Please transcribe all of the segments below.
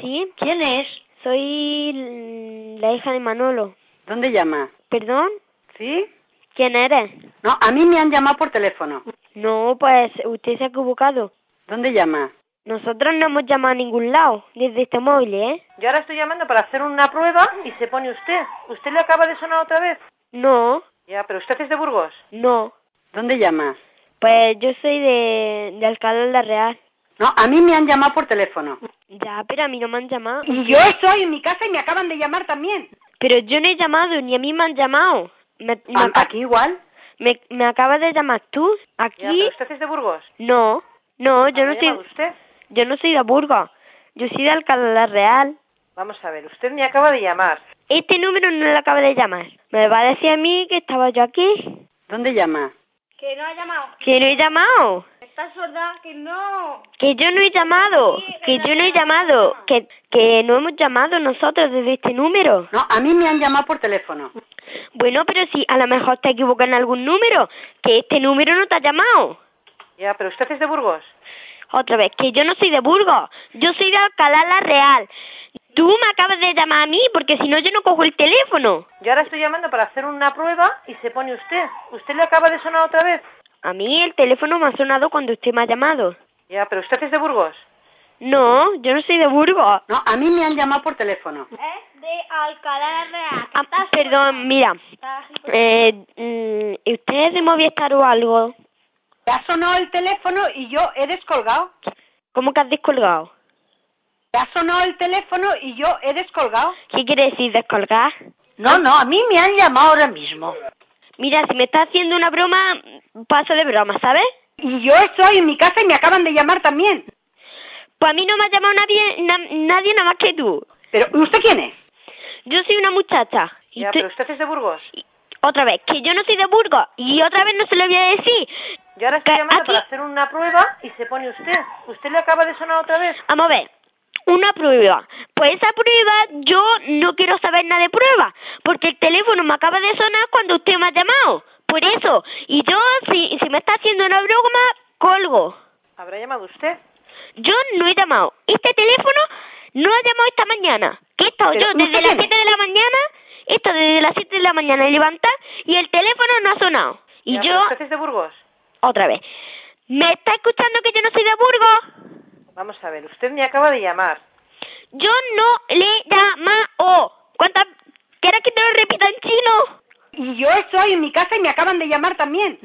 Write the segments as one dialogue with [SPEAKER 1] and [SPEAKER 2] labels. [SPEAKER 1] Sí,
[SPEAKER 2] ¿Quién es?
[SPEAKER 1] soy l- la hija de Manolo.
[SPEAKER 2] ¿Dónde llama?
[SPEAKER 1] ¿Perdón?
[SPEAKER 2] ¿Sí?
[SPEAKER 1] ¿Quién eres?
[SPEAKER 2] No, a mí me han llamado por teléfono.
[SPEAKER 1] No, pues usted se ha equivocado.
[SPEAKER 2] ¿Dónde llama?
[SPEAKER 1] Nosotros no hemos llamado a ningún lado desde este móvil, ¿eh?
[SPEAKER 3] Yo ahora estoy llamando para hacer una prueba y se pone usted. ¿Usted le acaba de sonar otra vez?
[SPEAKER 1] No,
[SPEAKER 3] Ya, pero usted es de Burgos.
[SPEAKER 1] no.
[SPEAKER 2] ¿Dónde llama?
[SPEAKER 1] Pues yo soy de, de Alcalá de la Real.
[SPEAKER 2] No, a mí me han llamado por teléfono.
[SPEAKER 1] Ya, pero a mí no me han llamado.
[SPEAKER 2] Y yo estoy en mi casa y me acaban de llamar también.
[SPEAKER 1] Pero yo no he llamado, ni a mí me han llamado. Me, me,
[SPEAKER 2] A-
[SPEAKER 1] aca-
[SPEAKER 2] aquí igual.
[SPEAKER 1] me, me acabas de llamar tú, aquí.
[SPEAKER 3] Ah, Ya, pero usted es de Burgos.
[SPEAKER 1] No, no, yo no
[SPEAKER 3] ¿Ha llamado
[SPEAKER 1] soy,
[SPEAKER 3] usted?
[SPEAKER 1] yo no soy de Burgos. Yo soy de Alcalá de la Real.
[SPEAKER 3] Vamos a ver, usted me acaba de llamar.
[SPEAKER 1] Este número no lo acaba de llamar. Me va a decir a mí que estaba yo aquí.
[SPEAKER 2] ¿Dónde llama?
[SPEAKER 4] Que no ha llamado.
[SPEAKER 1] Que no he llamado.
[SPEAKER 4] Estás sorda, que no.
[SPEAKER 1] Que yo no he llamado. Que yo no he llamado. Que, que no hemos llamado nosotros desde este número.
[SPEAKER 2] No, a mí me han llamado por teléfono.
[SPEAKER 1] Bueno, pero si a lo mejor te equivocas en algún número, que este número no te ha llamado.
[SPEAKER 3] Ya, pero usted es de Burgos.
[SPEAKER 1] Otra vez, que yo no soy de Burgos, yo soy de Alcalá la Real. Tú me acabas de llamar a mí porque si no yo no cojo el teléfono.
[SPEAKER 3] Yo ahora estoy llamando para hacer una prueba y se pone usted. ¿Usted le acaba de sonar otra vez?
[SPEAKER 1] A mí el teléfono me ha sonado cuando usted me ha llamado.
[SPEAKER 3] Ya, pero usted es de Burgos.
[SPEAKER 1] No, yo no soy de Burgos.
[SPEAKER 2] No, a mí me han llamado por teléfono.
[SPEAKER 4] Es de Alcalá de Real.
[SPEAKER 1] Ah, perdón, mira. Eh, mm, ¿Usted es de Movistar o algo?
[SPEAKER 2] Ya sonó el teléfono y yo he descolgado.
[SPEAKER 1] ¿Cómo que has descolgado?
[SPEAKER 2] Ya sonó el teléfono y yo he descolgado.
[SPEAKER 1] ¿Qué quiere decir descolgar?
[SPEAKER 2] No, no, a mí me han llamado ahora mismo.
[SPEAKER 1] Mira, si me está haciendo una broma, paso de broma, ¿sabes?
[SPEAKER 2] Y yo estoy en mi casa y me acaban de llamar también.
[SPEAKER 1] Pues a mí no me ha llamado nadie, na- nadie nada más que tú.
[SPEAKER 2] Pero, ¿y ¿usted quién es?
[SPEAKER 1] Yo soy una muchacha. Y
[SPEAKER 3] Ya,
[SPEAKER 1] tú-
[SPEAKER 3] pero usted es de Burgos.
[SPEAKER 1] Otra vez, que yo no soy de Burgos. Y otra vez no se lo voy a decir.
[SPEAKER 3] Yo ahora estoy
[SPEAKER 1] Que
[SPEAKER 3] llamando para
[SPEAKER 1] aquí-
[SPEAKER 3] hacer una prueba y se pone usted. ¿Usted le acaba de sonar otra vez?
[SPEAKER 1] Vamos a ver. Una prueba. Pues esa prueba yo no quiero saber nada de prueba. Porque el teléfono me acaba de sonar cuando usted me ha llamado. Por eso. Y yo, si, si me está haciendo una broma, colgo.
[SPEAKER 3] ¿Habrá llamado usted?
[SPEAKER 1] Yo no he llamado. Este teléfono no ha llamado esta mañana. Que he estado
[SPEAKER 2] Pero,
[SPEAKER 1] yo
[SPEAKER 2] ¿usted
[SPEAKER 1] desde las
[SPEAKER 2] quién es?
[SPEAKER 1] 7 de la mañana. He estado desde las 7 de la mañana levantada y el teléfono no ha sonado. Y
[SPEAKER 3] Ya,
[SPEAKER 1] yo,
[SPEAKER 3] pero ¿Usted es de Burgos?
[SPEAKER 1] otra vez. ¿Me está escuchando que yo no soy de Burgos?
[SPEAKER 3] Vamos a ver, usted me acaba de llamar.
[SPEAKER 1] Yo no le llamo. ¿Cuántas? ¿Quieres que te lo repita en chino?
[SPEAKER 2] Y yo estoy en mi casa y me acaban de llamar también.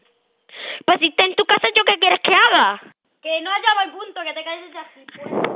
[SPEAKER 1] Pues si está en tu casa, ¿yo qué quieres que haga?
[SPEAKER 4] Que no ha llamado el punto, que te calles así. Pues.